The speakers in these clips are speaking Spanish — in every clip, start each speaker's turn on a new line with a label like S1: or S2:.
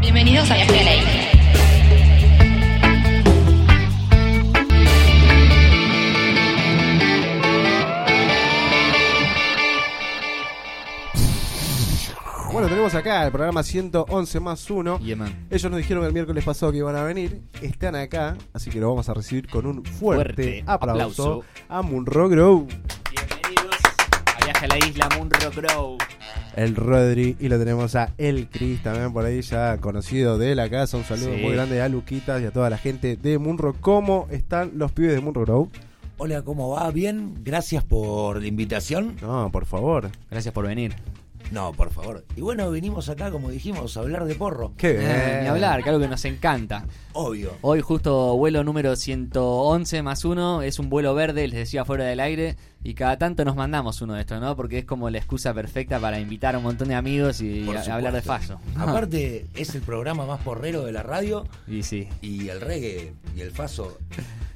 S1: Bienvenidos a Viaje de Ley.
S2: Bueno, tenemos acá el programa 111 más 1.
S3: Yeman.
S2: Ellos nos dijeron el miércoles pasado que iban a venir. Están acá, así que lo vamos a recibir con un fuerte,
S3: Fuerte
S2: aplauso,
S3: aplauso.
S2: a Munro Grow,
S4: Bienvenidos a Viaje a la Isla Munro Crow.
S2: el Rodri, y lo tenemos a El Cris también por ahí, ya conocido de la casa. Un saludo
S3: Sí.
S2: muy grande a Luquitas y a toda la gente de Munro. ¿Cómo están los pibes de Munro Grow?
S5: Hola, ¿cómo va? ¿Bien? Gracias por la invitación.
S2: No, por favor.
S3: Gracias por venir.
S5: No, por favor. Y bueno, venimos acá, como dijimos, a hablar de porro.
S2: Qué bien.
S3: Eh, ni hablar, que algo que nos encanta.
S5: Obvio.
S3: Hoy justo vuelo número 111 más uno, es un vuelo verde, les decía fuera del aire, y cada tanto nos mandamos uno de estos, ¿no? Porque es como la excusa perfecta para invitar a un montón de amigos y
S5: por
S3: a- hablar de
S5: supuesto.
S3: fallo.
S5: Aparte, es el programa más porrero de la radio
S3: Y sí.
S5: y el reggae y el faso.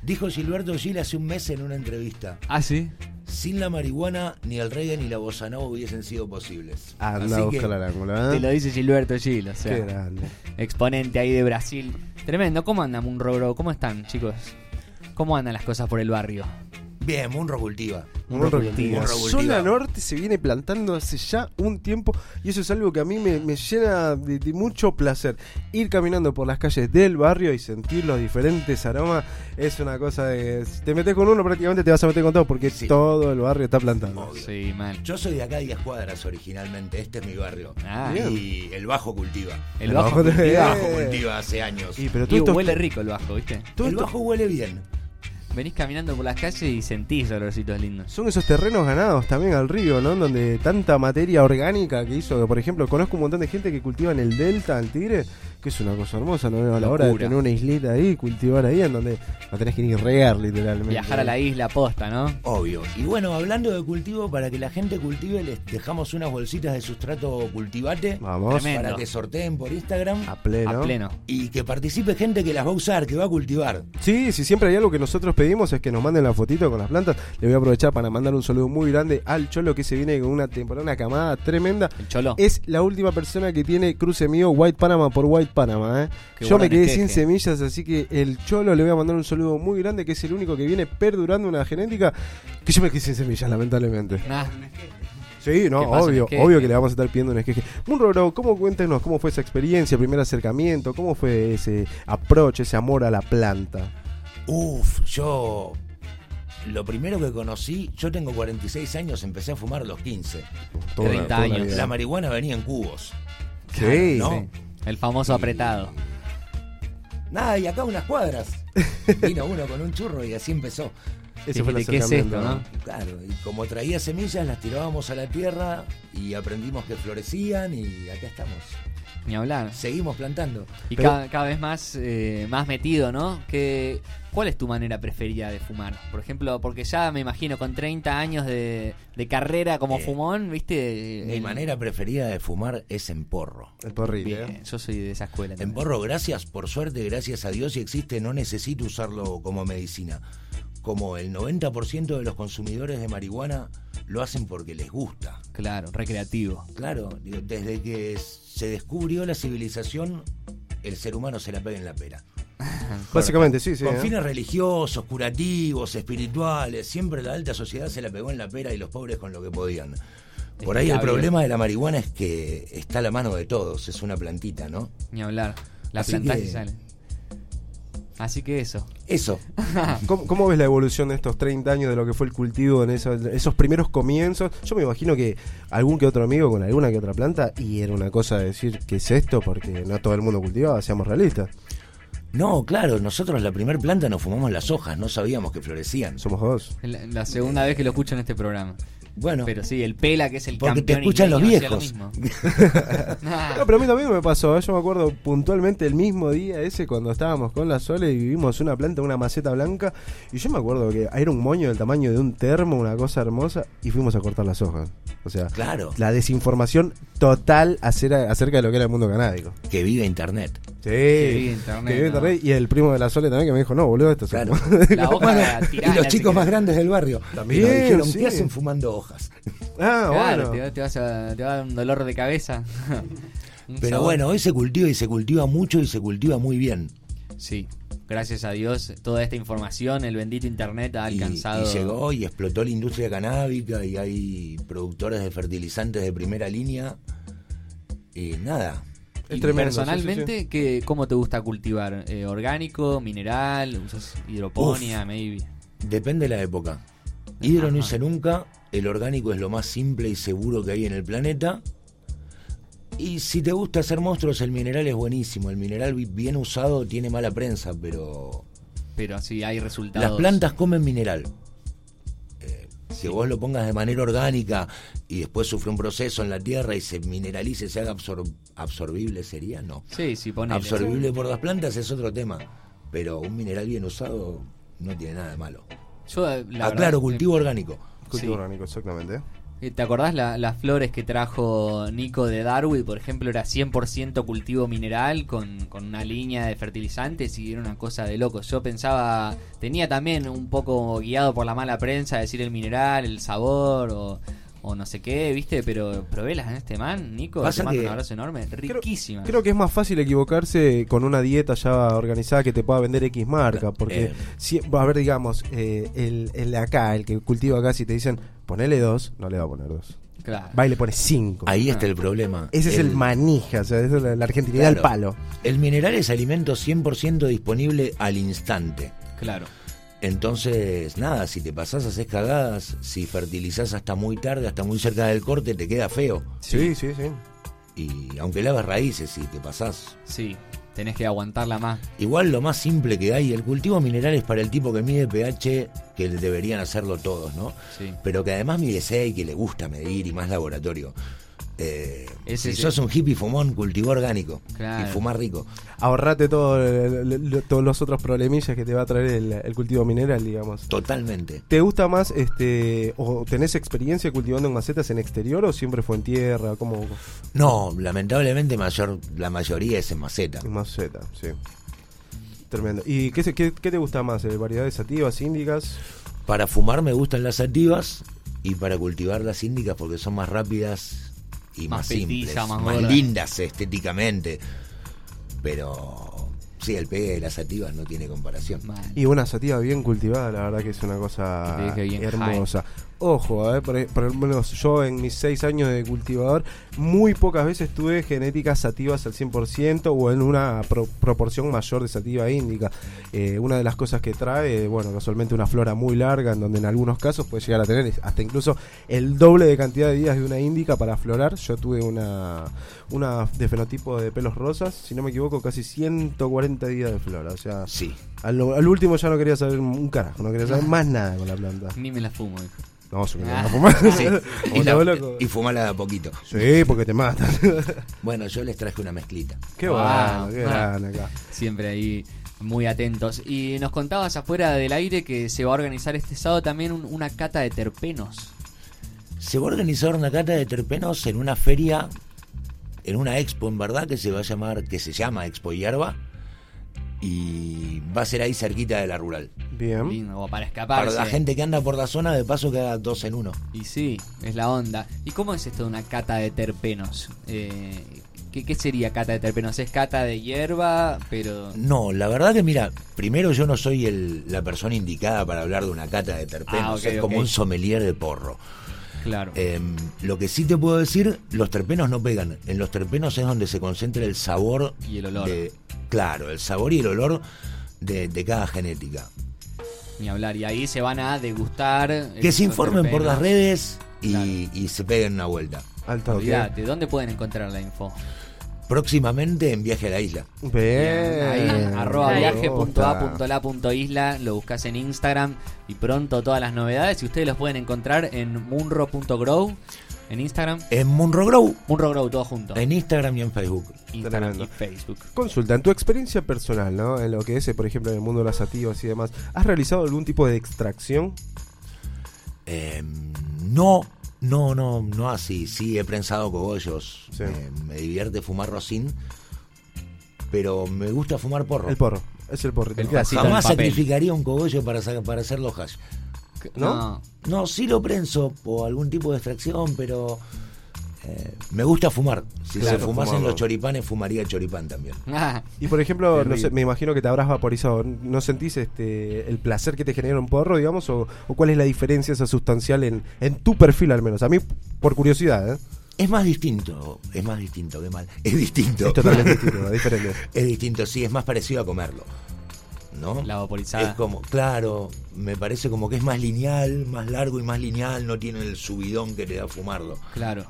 S5: Dijo Gilberto Gil hace un mes en una entrevista,
S3: Ah, sí.
S5: sin la marihuana, ni el reggae ni la bossa nova hubiesen sido posibles.
S3: Ah,
S2: Anda a
S5: Así que,
S2: buscar al ángulo, ¿eh?
S3: Te lo dice Gilberto Gil, o sea,
S2: Qué grande.
S3: exponente ahí de Brasil. Tremendo, ¿cómo anda Munro Bro? ¿Cómo están, chicos? ¿Cómo andan las cosas por el barrio?
S5: bien, Munro cultiva.
S2: Munro
S5: cultiva.
S2: Cultiva. Zona Norte se viene plantando hace ya un tiempo y eso es algo que a mí me, me llena de, de mucho placer. Ir caminando por las calles del barrio y sentir los diferentes aromas es una cosa de... Si te metes con uno prácticamente te vas a meter con todo porque
S5: Sí.
S2: todo el barrio está plantando.
S5: Obvio.
S3: Sí, mal.
S5: Yo soy de acá, 10 cuadras originalmente. Este es mi barrio.
S3: Ah,
S2: Bien.
S5: Y el bajo cultiva.
S3: el bajo.
S2: Abajo te-
S5: El bajo
S2: Eh.
S5: cultiva hace años.
S2: Y pero
S3: Y
S2: tú estos-
S3: huele rico el bajo, ¿viste?
S2: tú
S5: el
S2: estos-
S5: bajo huele bien.
S3: Venís caminando por las calles y sentís olorcitos lindos.
S2: Son esos terrenos ganados también al río, ¿no? Donde tanta materia orgánica que hizo, por ejemplo, conozco un montón de gente que cultiva en el delta, al Tigre, que es una cosa hermosa, ¿no? A la hora de
S3: Locura.
S2: tener una islita ahí, cultivar ahí, en donde no tenés que ni regar literalmente.
S3: Viajar a la isla posta, ¿no?
S5: Obvio. Y bueno, hablando de cultivo, para que la gente cultive, les dejamos unas bolsitas de sustrato cultivate
S2: Vamos.
S3: Tremendo.
S5: para que sorteen por Instagram
S2: A pleno.
S3: A pleno.
S5: y que participe gente que las va a usar, que va a cultivar.
S2: Sí, si siempre hay algo que nosotros pedimos es que nos manden la fotito con las plantas. Le voy a aprovechar para mandar un saludo muy grande al Cholo que se viene con una temporada, una camada tremenda.
S3: El cholo.
S2: Es la última persona que tiene cruce mío White Panama por White Panama. ¿eh?
S3: Qué
S2: Yo
S3: buen
S2: me quedé
S3: esqueje.
S2: sin semillas, así que el Cholo le voy a mandar un saludo muy grande, que es el único que viene perdurando una genética. Que yo me quedé sin semillas, lamentablemente.
S3: Nah,
S2: Sí, no,
S3: ¿Qué pasa,
S2: obvio,
S3: esqueje?
S2: obvio que le vamos a estar pidiendo un esqueje. Munro Bro, ¿cómo cuéntenos cómo fue esa experiencia, primer acercamiento? ¿Cómo fue ese approach, ese amor a la planta?
S5: Uf, yo. Lo primero que conocí, yo tengo 46 años, empecé a fumar a los 15.
S2: Toda-
S3: 30
S2: toda la
S3: años.
S2: vida.
S5: La marihuana venía en cubos.
S2: Sí.
S5: ¿no?
S3: sí. El famoso apretado.
S5: Nada, y acá unas cuadras. Vino uno con un churro y así empezó.
S2: Ese fue el
S3: Dijiste, ¿qué es esto,
S2: acercamiento,
S3: no?
S5: Claro, y como traía semillas, las tirábamos a la tierra y aprendimos que florecían y acá estamos.
S3: Ni hablar.
S5: Seguimos plantando.
S3: Y
S2: Pero-
S3: cada, cada vez más, eh, más metido, ¿no? Que, ¿Cuál es tu manera preferida de fumar? Por ejemplo, porque ya me imagino con 30 años de, de carrera como
S5: Eh,
S3: fumón, ¿viste?
S5: Mi
S3: El-
S5: manera preferida de fumar es en porro.
S2: El porrito.
S3: Bien, yo soy de esa escuela.
S5: En
S3: también.
S5: porro, gracias, por suerte, gracias a Dios, si existe, no necesito usarlo como medicina. Como el 90% de los consumidores de marihuana lo hacen porque les gusta.
S3: Claro, recreativo.
S5: Claro, digo, desde que se descubrió la civilización, el ser humano se la pega en la pera.
S2: Básicamente, sí, sí.
S5: Con
S2: ¿eh?
S5: fines religiosos, curativos, espirituales, siempre la alta sociedad se la pegó en la pera y los pobres con lo que podían. Por ahí el
S3: Está bien.
S5: problema de la marihuana es que está a la mano de todos, es una plantita, ¿no?
S3: Ni hablar. La
S5: Así
S3: plantás
S5: que-
S3: y sale. Así que eso.
S5: Eso.
S2: ¿Cómo, cómo ves la evolución de estos 30 años de lo que fue el cultivo en esos, esos primeros comienzos? Yo me imagino que algún que otro amigo con alguna que otra planta y era una cosa decir que es esto porque no todo el mundo cultivaba, seamos realistas.
S5: No, claro, nosotros la primer planta nos fumamos las hojas, no sabíamos que florecían.
S2: Somos dos.
S3: Es La, la segunda vez que lo escucho en este programa.
S5: Bueno,
S3: Pero sí, el Pela, que es el
S5: Porque te
S3: campeón
S5: escuchan los
S3: isleño,
S5: viejos.
S3: hacía lo mismo. Ah,
S2: No, pero a mí también me pasó. ¿eh? Yo me acuerdo puntualmente el mismo día ese cuando estábamos con la Sole y vivimos una planta, una maceta blanca. Y yo me acuerdo que era un moño del tamaño de un termo, una cosa hermosa, y fuimos a cortar las hojas. O sea,
S5: claro,
S2: la desinformación total acera- acerca de lo que era el mundo canábico.
S5: que vive internet.
S2: Sí,
S3: Que vive internet,
S2: que vive
S3: ¿no?
S2: internet. Y el primo de la Sole también que me dijo, no, boludo, esto es
S5: Claro.
S2: un-
S3: la hoja
S5: Y
S3: tirala,
S5: los
S3: así
S5: chicos
S3: que-
S5: más grandes del barrio
S2: También,
S5: nos dijeron,
S2: sí.
S5: ¿qué hacen fumando hojas?
S2: Ah,
S3: Claro,
S2: bueno.
S3: te, va- te vas a- te va a dar un dolor de cabeza. Un
S5: Pero
S3: sabor.
S5: bueno, hoy se cultiva y se cultiva mucho y se cultiva muy bien.
S3: Sí, gracias a Dios, toda esta información, el bendito internet ha
S5: Y,
S3: alcanzado.
S5: y llegó y explotó la industria canábica y hay productores de fertilizantes de primera línea. Y nada,
S2: Es
S3: Y
S2: tremendo,
S3: personalmente,
S2: sí, sí,
S3: ¿qué- ¿cómo te gusta cultivar? Eh, ¿Orgánico, mineral, usas hidroponía, maybe?
S5: depende de la época. Hidro no
S3: Ajá.
S5: hice nunca, el orgánico es lo más simple y seguro que hay en el planeta. Y si te gusta hacer monstruos, el mineral es buenísimo. El mineral bi- bien usado tiene mala prensa, pero
S3: Pero sí, hay resultados.
S5: Las plantas comen mineral. Eh, Si vos lo pongas de manera orgánica y después sufre un proceso en la tierra y se mineralice, se haga absor- absorbible, sería, no.
S3: Sí, sí, ponele.
S5: Absorbible por las plantas es otro tema, pero un mineral bien usado no tiene nada de malo.
S3: Yo, eh, la
S5: Aclaro,
S3: verdad,
S5: cultivo orgánico.
S2: Cultivo
S3: Sí.
S2: orgánico, exactamente.
S3: eh, ¿Te acordás la- las flores que trajo Nico de Darwin? Por ejemplo, era 100% cultivo mineral con, con una línea de fertilizantes y era una cosa de locos. Yo pensaba, tenía también un poco guiado por la mala prensa, decir el mineral, el sabor o, o no sé qué, ¿viste? Pero probélas en este man, Nico.
S5: Pasa
S3: te mando
S5: que-
S3: un abrazo enorme. Riquísima.
S2: Creo que es más fácil equivocarse con una dieta ya organizada que te pueda vender X marca. Porque,
S5: Eh.
S2: si, va a ver, digamos, eh, el, el de acá, el que cultiva acá, si te dicen ponele dos, no le va a poner dos.
S3: Claro.
S2: Va y le pone cinco.
S5: Ahí está el problema.
S2: Ese es el manija, o sea, esa es la, la argentinidad al
S5: Claro.
S2: palo.
S5: El mineral es alimento 100% disponible al instante.
S3: Claro.
S5: Entonces, nada, si te pasás, haces cagadas, si fertilizás hasta muy tarde, hasta muy cerca del corte, te queda feo.
S2: Sí, sí, sí.
S5: Y aunque lavas raíces, si te pasás.
S3: Sí, tenés que aguantarla más.
S5: Igual lo más simple que hay, el cultivo mineral es para el tipo que mide pH, que deberían hacerlo todos, ¿no?
S3: Sí.
S5: Pero que además mide 6, que le gusta medir y más laboratorio. Eh,
S3: Ese
S5: si
S3: es
S5: sos un hippie fumón, cultivo orgánico
S3: Claro.
S5: y fumar rico.
S2: Ahorrate todo el- el- el- todos los otros problemillas que te va a traer el, el cultivo mineral, digamos.
S5: Totalmente.
S2: ¿Te gusta más, este, o tenés experiencia cultivando en macetas en exterior o siempre fue en tierra, como
S5: No, lamentablemente mayor, la mayoría es en maceta.
S2: en maceta? Sí. Tremendo. ¿Y qué, se- qué, qué te gusta más? eh, ¿Variedades sativas, índicas?
S5: Para fumar me gustan las sativas y para cultivar las índicas porque son más rápidas y más,
S3: Más petiza,
S5: simples,
S3: más
S5: más,
S3: gorda.
S5: lindas estéticamente. Pero sí, el pegue de las sativas no tiene comparación.
S3: Mal.
S2: Y una sativa bien cultivada, la verdad que es una cosa
S3: Que te deje bien
S2: hermosa. Ojo, eh, por, por lo menos yo en mis seis años de cultivador, muy pocas veces tuve genéticas sativas al 100% o en una pro- proporción mayor de sativa índica. Eh, una de las cosas que trae, bueno, casualmente una flora muy larga, en donde en algunos casos puede llegar a tener hasta incluso el doble de cantidad de días de una índica para aflorar. Yo tuve una, una de fenotipo de pelos rosas, si no me equivoco, casi 140 días de flora. O sea,
S5: Sí.
S2: al, al último ya no quería saber un carajo, no quería saber más nada con la planta.
S3: Ni me la fumo, hijo.
S2: No, yo me la
S3: Ah.
S2: voy a fumar.
S5: Sí.
S2: Como
S5: Y, la-
S2: todo loco.
S5: y fumala de a poquito.
S2: Sí, porque te matan.
S5: Bueno, yo les traje una mezclita.
S2: qué
S3: Wow.
S2: bueno, qué
S3: Ah.
S2: bueno acá.
S3: Siempre ahí muy atentos. Y nos contabas afuera del aire que se va a organizar este sábado también un- una cata de terpenos.
S5: Se va a organizar una cata de terpenos en una feria, en una expo en verdad, que se va a llamar, que se llama Expo Hierba. Y va a ser ahí cerquita de la rural.
S2: Bien.
S3: Lindo, como para escaparse.
S5: ¿Eh? Para la gente que anda por la zona, de paso queda dos en uno.
S3: Y sí, es la onda. ¿Y cómo es esto de una cata de terpenos? Eh, ¿qué, qué sería cata de terpenos? ¿Es cata de hierba? Pero.
S5: No, la verdad que mira, primero yo no soy el- la persona indicada para hablar de una cata de terpenos,
S3: Ah, ok,
S5: es como
S3: ok.
S5: un sommelier de porro.
S3: Claro.
S5: Em, lo que sí te puedo decir, los terpenos no pegan. En los terpenos es donde se concentra el sabor
S3: Y el olor.
S5: de- claro, el sabor y el olor de, de cada genética.
S3: Ni hablar. Y ahí se van a degustar.
S5: que
S3: esos
S5: se informen por
S3: terpenos.
S5: las redes y,
S3: Claro.
S5: y se peguen una vuelta.
S2: Alta, ok. Bien.
S3: Olvídate, ¿dónde pueden encontrar la info?
S5: Próximamente en viaje a la isla.
S3: Ahí,
S5: Eh,
S3: arroba
S2: Me gusta.
S3: viaje.a.la.isla, lo buscas en Instagram y pronto todas las novedades. Y ustedes los pueden encontrar en munro.grow, en Instagram.
S5: En Munro Grow,
S3: Munro Grow, todo junto.
S5: en Instagram y en Facebook.
S3: Instagram
S2: Tremendo.
S3: y Facebook.
S2: Consulta, en tu experiencia personal, ¿no? En lo que es, eh, por ejemplo, en el mundo de las sativas y demás, ¿has realizado algún tipo de extracción?
S5: Eh, no, no, no, no así. Sí, he prensado cogollos.
S2: Sí.
S5: Eh, me divierte fumar rosín, pero me gusta fumar porro.
S2: El porro. Es el porro.
S3: El
S2: clásico.
S3: pasito
S5: Jamás
S3: en papel.
S5: sacrificaría un cogollo para, sa- para hacerlo hash.
S2: ¿No?
S5: No, sí lo prenso por algún tipo de extracción, pero eh, me gusta fumar. Si
S2: Claro,
S5: se fumasen
S1: fumado.
S5: los choripanes, fumaría el choripán también.
S3: Ah,
S2: Y por ejemplo, no
S3: Terrible.
S2: sé, me imagino que te habrás vaporizado. ¿No sentís este el placer que te genera un porro, digamos? ¿O, o cuál es la diferencia esa sustancial en, en tu perfil, al menos? A mí, por curiosidad, ¿eh?
S5: Es más distinto, es más distinto, qué mal. Es distinto.
S2: Es totalmente distinto, es diferente.
S5: Es distinto, sí, es más parecido a comerlo. ¿No?
S3: la vaporizada.
S5: es como, claro, me parece como que es más lineal, más largo y más lineal, no tiene el subidón que te da fumarlo.
S3: Claro.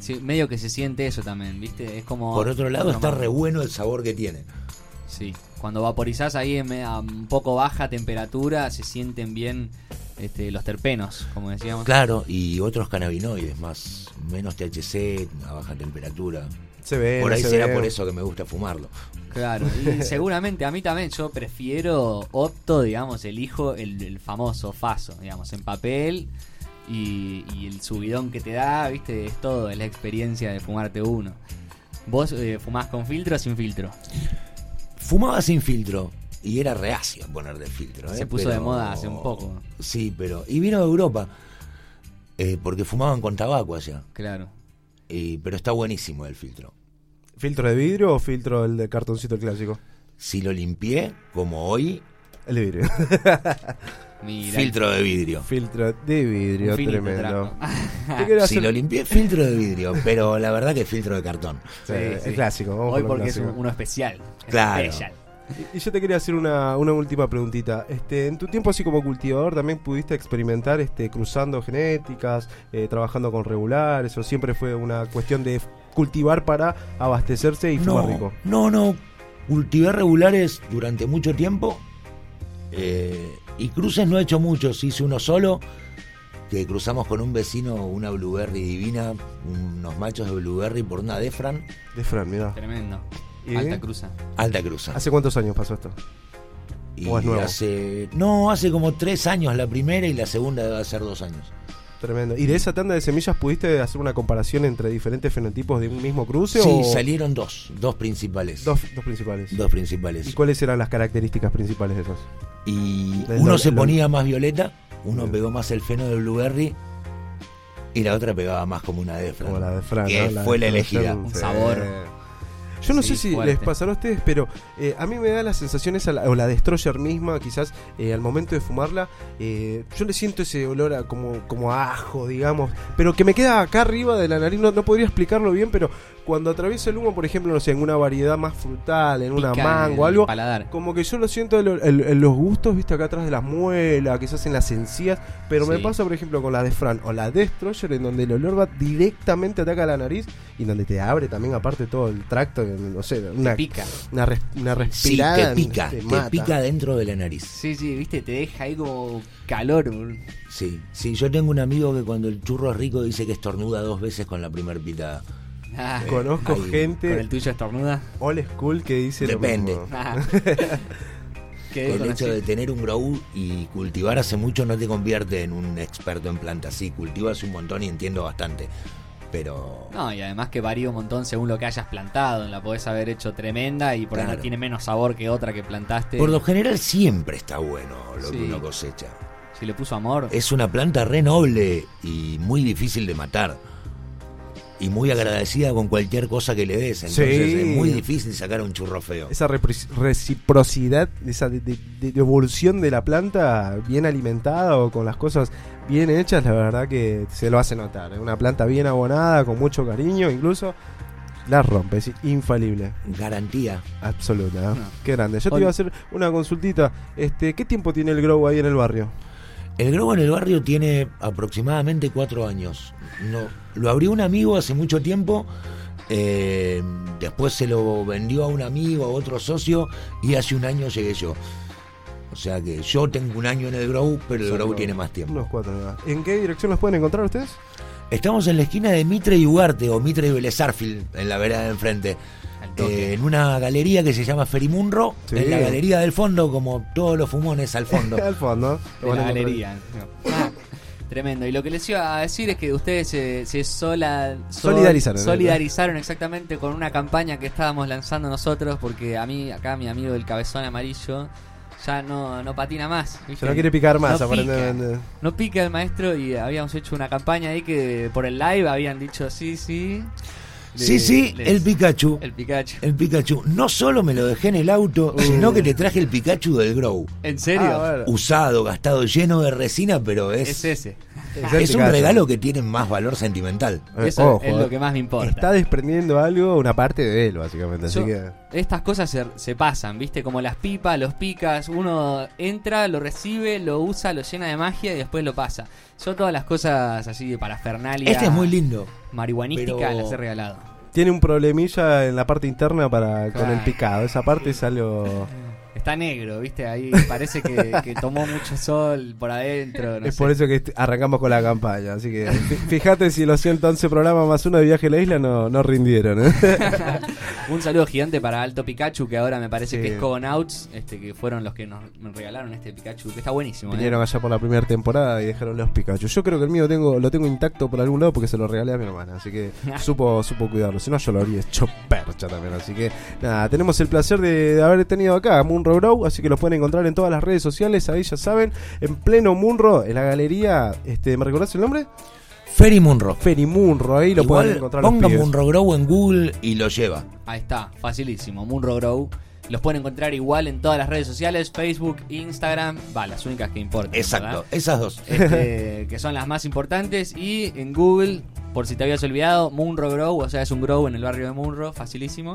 S3: Sí, medio que se siente eso también, ¿viste? Es como.
S5: Por otro lado, está
S3: como-
S5: re bueno el sabor que tiene.
S3: Ah. Sí. Cuando vaporizás ahí en me- a un poco baja temperatura, se sienten bien este, los terpenos, como decíamos.
S5: Claro, y otros cannabinoides más, menos THC, a baja temperatura.
S2: Se ve.
S5: Por ahí
S2: se
S5: será
S2: ve.
S5: por eso que me gusta fumarlo.
S3: Claro, y seguramente a mí también yo prefiero, opto, digamos, elijo el, el famoso faso, digamos, en papel y, y el subidón que te da, viste, es todo, es la experiencia de fumarte uno. ¿Vos eh, fumás con filtro o sin filtro?
S5: Fumaba sin filtro y era reacio a poner de filtro. ¿eh?
S3: Se puso de moda hace un poco.
S5: Sí, pero. Y vino de Europa. eh, porque fumaban con tabaco allá.
S3: Claro.
S5: Y- pero está buenísimo el filtro.
S2: ¿Filtro de vidrio o filtro el de cartoncito el clásico?
S5: Si lo limpié, como hoy,
S2: El de vidrio.
S3: Mira,
S5: filtro de vidrio.
S2: filtro de
S3: un
S2: vidrio,
S3: finito
S2: tremendo.
S3: trajo.
S2: Te quiero
S5: Si
S2: hacer-
S5: lo limpié, filtro de vidrio. Pero la verdad que filtro de cartón.
S2: Sí,
S3: Sí, sí.
S2: El clásico. vamos
S3: Hoy
S2: por el
S3: porque es un-
S2: clásico.
S3: uno especial.
S5: Claro.
S3: Especial.
S2: Y- Y yo te quería hacer una, una última preguntita. Este, en tu tiempo así como cultivador, ¿también pudiste experimentar este, cruzando genéticas, eh, trabajando con regulares? ¿O siempre fue una cuestión de cultivar para abastecerse y fumar rico?
S5: No, no. Cultivé regulares durante mucho tiempo. eh, y cruces no he hecho muchos. Hice uno solo. Que cruzamos con un vecino una blueberry divina. Unos machos de blueberry por una Defran.
S2: De Fran, mirá.
S3: Tremendo.
S2: ¿Y?
S3: Alta cruza.
S5: Alta cruza.
S2: ¿Hace cuántos años pasó esto?
S5: Y
S2: Ah, ¿O es nuevo?
S5: hace. No, hace como tres años la primera y la segunda debe ser dos años.
S2: Tremendo. ¿Y de esa tanda de semillas pudiste hacer una comparación entre diferentes fenotipos de un mismo cruce?
S5: Sí,
S2: o
S5: salieron dos, dos principales.
S2: Dos, dos principales.
S5: Dos
S2: ¿Y
S5: principales.
S2: cuáles eran las características principales de esas?
S5: Y
S2: Del
S5: uno
S2: doble-
S5: se
S2: doble.
S5: ponía más violeta, uno
S2: Bien.
S5: pegó más el feno de blueberry y la otra pegaba más como una de Fran.
S2: Como la de Fran.
S5: Que
S2: ¿no?
S5: fue
S2: de
S5: la
S2: Fran
S5: elegida.
S2: Stern,
S3: Un
S2: sí.
S3: sabor.
S2: Yo no
S3: Sí,
S2: sé si
S3: fuerte.
S2: les pasará a ustedes, pero eh, a mí me da la sensación esa, la- o la destroyer misma, quizás eh, al momento de fumarla, eh, yo le siento ese olor a como, como a ajo, digamos, pero que me queda acá arriba de la nariz, no, no podría explicarlo bien, pero cuando atravieso el humo, por ejemplo, no sé, en una variedad más frutal, en una
S3: Pica
S2: mango,
S3: el
S2: algo,
S3: Paladar.
S2: como que yo lo siento en, lo- en- en los gustos, viste, acá atrás de las muelas, quizás en las encías. Pero me
S3: Sí.
S2: pasa, por ejemplo, con la de Fran o la Destroyer, en donde el olor va directamente ataca la nariz y donde te abre también, aparte, todo el tracto. que, No sé, una,
S3: Pica.
S2: una, res- una
S5: Sí,
S2: respirada.
S5: te pica,
S2: te
S5: te,
S2: mata.
S5: pica dentro de la nariz.
S3: Sí, sí, viste, te deja ahí como calor. boludo.
S5: Sí, sí, yo tengo un amigo que cuando el churro es rico dice que estornuda dos veces con la primer pitada.
S3: Ah, con,
S2: Conozco
S5: Ahí,
S2: gente
S3: el tuyo estornuda.
S2: old school que dice lo
S5: Depende.
S2: mismo.
S3: Ah. Quedé
S5: Con el hecho
S3: desconocido.
S5: de tener un grow y cultivar hace mucho no te convierte en un experto en plantas. Sí, cultivas un montón y entiendo bastante. Pero
S3: No, y además que varía un montón según lo que hayas plantado. La podés haber hecho tremenda y por ahí
S5: Claro.
S3: no tiene menos sabor que otra que plantaste.
S5: por lo general siempre está bueno lo
S3: Sí.
S5: que uno cosecha.
S3: Si le puso amor.
S5: Es una planta re noble y muy difícil de matar. Y muy agradecida con cualquier cosa que le des. Entonces
S2: Sí.
S5: es muy difícil sacar un churro feo.
S2: Esa repro- reciprocidad, esa de- de- de- de evolución de la planta bien alimentada o con las cosas bien hechas, la verdad que se lo hace notar. ¿eh? Una planta bien abonada, con mucho cariño, incluso la rompe, es infalible,
S5: Garantía.
S2: absoluta. ¿eh?
S3: No.
S2: Qué grande. Yo te
S3: Hoy-
S2: iba a hacer una consultita. Este, ¿Qué tiempo tiene el grow ahí en el barrio?
S5: El grobo en el barrio tiene aproximadamente cuatro años. No, lo abrió un amigo hace mucho tiempo. eh, después se lo vendió a un amigo, a otro socio. Y hace un año llegué yo. O sea que yo tengo un año en el grow, pero el
S2: Son
S5: grow
S2: unos-
S5: tiene más tiempo.
S2: Unos cuatro. nada más. ¿En qué dirección los pueden encontrar ustedes?
S5: Estamos en la esquina de Mitre y Ugarte, o Mitre y Belezarfield, en la vereda de enfrente.
S3: Al toque.
S5: Eh, en una galería que se llama Ferimunro,
S2: Sí.
S5: en la galería del fondo, como todos los fumones al fondo.
S2: Al fondo.
S3: de
S2: Lo van a
S3: la
S2: encontrar.
S3: galería. No. Ah, tremendo. Y lo que les iba a decir es que ustedes se, se sola, sol-
S2: Solidarizaron, ¿eh? ¿no?
S3: solidarizaron exactamente con una campaña que estábamos lanzando nosotros, porque a mí, acá mi amigo del cabezón amarillo, ya no, no patina más. ¿viste?
S2: Se no quiere picar más,
S3: No
S2: aparentemente.
S3: No pica el maestro y habíamos hecho una campaña ahí que por el live habían dicho sí, sí. de-
S5: sí, sí,
S3: de-
S5: el Pikachu.
S3: El Pikachu.
S5: El Pikachu. No solo me lo dejé en el auto, sino que te traje el Pikachu del Grow.
S3: ¿En
S2: Ah,
S3: serio?
S2: bueno.
S5: Usado, gastado, lleno de resina, pero
S3: es
S5: es, es,
S3: ese.
S2: Exacto,
S5: un
S2: claro.
S5: regalo que tiene más valor sentimental.
S2: Eh,
S3: Eso
S2: ojo,
S3: es
S2: eh.
S3: lo que más me importa.
S2: Está desprendiendo algo, una parte de él, básicamente. Así
S3: Yo-
S2: que.
S3: Estas cosas se, se pasan, ¿viste? Como las pipas, los picas. Uno entra, lo recibe, lo usa, lo llena de magia y después lo pasa. Son todas las cosas así de parafernalia.
S5: Este es muy lindo.
S3: Marihuanística
S5: pero-
S3: las he regalado.
S2: Tiene un problemilla en la parte interna para con el
S3: Claro.
S2: picado. Esa parte es algo.
S3: Está negro, ¿viste? Ahí parece que, que tomó mucho sol por adentro. no
S2: es
S3: sé.
S2: por eso que est- arrancamos con la campaña. Así que fi- fíjate si los 111 programas más uno de viaje a la isla no, no rindieron. ¿eh?
S3: Un saludo gigante para Alto Pikachu, que ahora me parece
S2: Sí.
S3: que es Cogonauts, este, que fueron los que nos me regalaron este Pikachu, que está buenísimo. ¿eh?
S2: Vinieron allá por la primera temporada y dejaron los Pikachu. Yo creo que el mío tengo, lo tengo intacto por algún lado porque se lo regalé a mi hermana. Así que supo, supo cuidarlo. Si no, yo lo habría hecho percha también. Así que nada, tenemos el placer de, de haber tenido acá a Munro Grow. Así que los pueden encontrar en todas las redes sociales. Ahí ya saben, en pleno Munro, en la galería. este ¿Me recordás el nombre?
S5: Ferry Munro.
S2: Feri Munro. Ahí lo pueden
S5: Igual,
S2: encontrar. los
S5: ponga
S2: pibes.
S5: Munro Grow en Google y lo lleva.
S3: Ahí está, facilísimo. Munro Grow. Los pueden encontrar igual en todas las redes sociales, Facebook, Instagram, va, las únicas que importan.
S5: Exacto,
S3: ¿verdad?
S5: esas dos.
S3: Este, que son las más importantes. Y en Google, por si te habías olvidado, Munro Grow, o sea, es un grow en el barrio de Munro, facilísimo.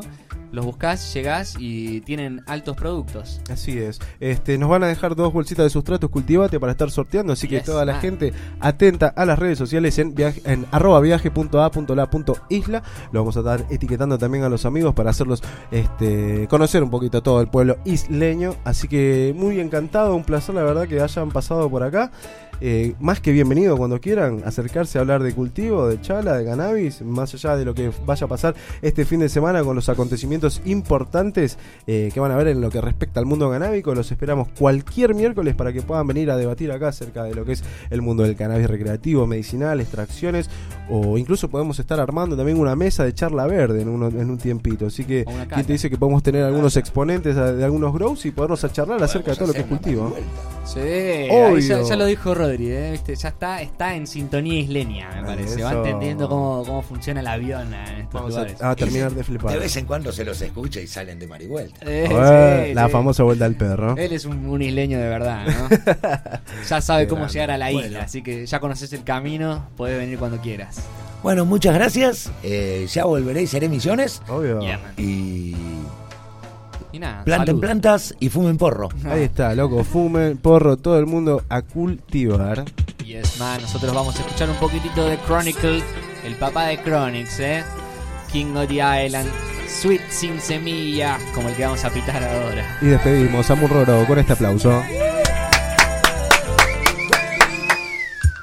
S3: Los buscás, llegás y tienen altos productos.
S2: Así es. Este, nos van a dejar dos bolsitas de sustratos cultivate para estar sorteando, así que
S3: Yes,
S2: toda la
S3: man.
S2: gente atenta a las redes sociales en, viaje, en arroba viaje.a.la.isla. Lo vamos a estar etiquetando también a los amigos para hacerlos este, conocer un poquito todo el pueblo isleño. Así que muy encantado, un placer la verdad que hayan pasado por acá. Eh, más que bienvenido cuando quieran acercarse a hablar de cultivo, de chala, de cannabis, más allá de lo que vaya a pasar este fin de semana con los acontecimientos importantes eh, que van a ver en lo que respecta al mundo canábico. Los esperamos cualquier miércoles para que puedan venir a debatir acá acerca de lo que es el mundo del cannabis recreativo, medicinal, extracciones o incluso podemos estar armando también una mesa de charla verde en, uno- en un tiempito. Así que,
S3: O una
S2: ¿quién te
S3: cata.
S2: dice que podemos tener algunos exponentes a- de algunos grows y podernos a charlar acerca de todo lo que es cultivo?
S3: Sí,
S2: Obvio.
S3: ahí ya, ya lo dijo Rodri, ¿eh? ¿Viste? ya está, está en sintonía isleña, me parece. Va
S2: Ah, Eso.
S3: entendiendo cómo, cómo funciona el avión eh, en estos
S2: Vamos
S3: lugares.
S2: a, ah, a terminar de
S5: De
S2: flipar.
S5: vez en cuando se los escucha y salen de marihuelta.
S3: Eh,
S2: Eh,
S3: sí, Eh,
S2: la
S3: sí.
S2: famosa vuelta al perro.
S3: Él es un, un isleño de verdad, ¿no? ya sabe
S2: Qué
S3: cómo
S2: grande.
S3: llegar a la
S5: Bueno.
S3: isla, así que ya conoces el camino, podés venir cuando quieras.
S5: Bueno, muchas gracias. eh, ya volveré y seré misiones.
S2: Obvio.
S3: Yeah, man.
S5: Y
S3: y nada,
S5: planten
S3: salud.
S5: plantas y fumen porro.
S2: Ahí está, loco. Fumen, porro, todo el mundo a cultivar.
S3: Yes, man, nosotros vamos a escuchar un poquitito de Chronicle, el papá de Chronix, ¿eh? King of the Island, Sweet sin semilla, como el que vamos a pitar ahora.
S2: Y despedimos a Murroro con este aplauso.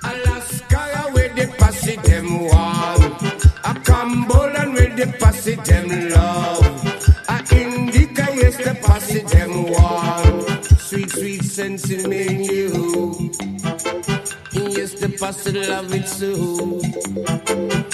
S1: Alaska with the pussy them warm. A Cumberland with the pussy them love. A Indica yes the pussy them warm. Sweet sweet sense in me and you. Yes the pussy love it so.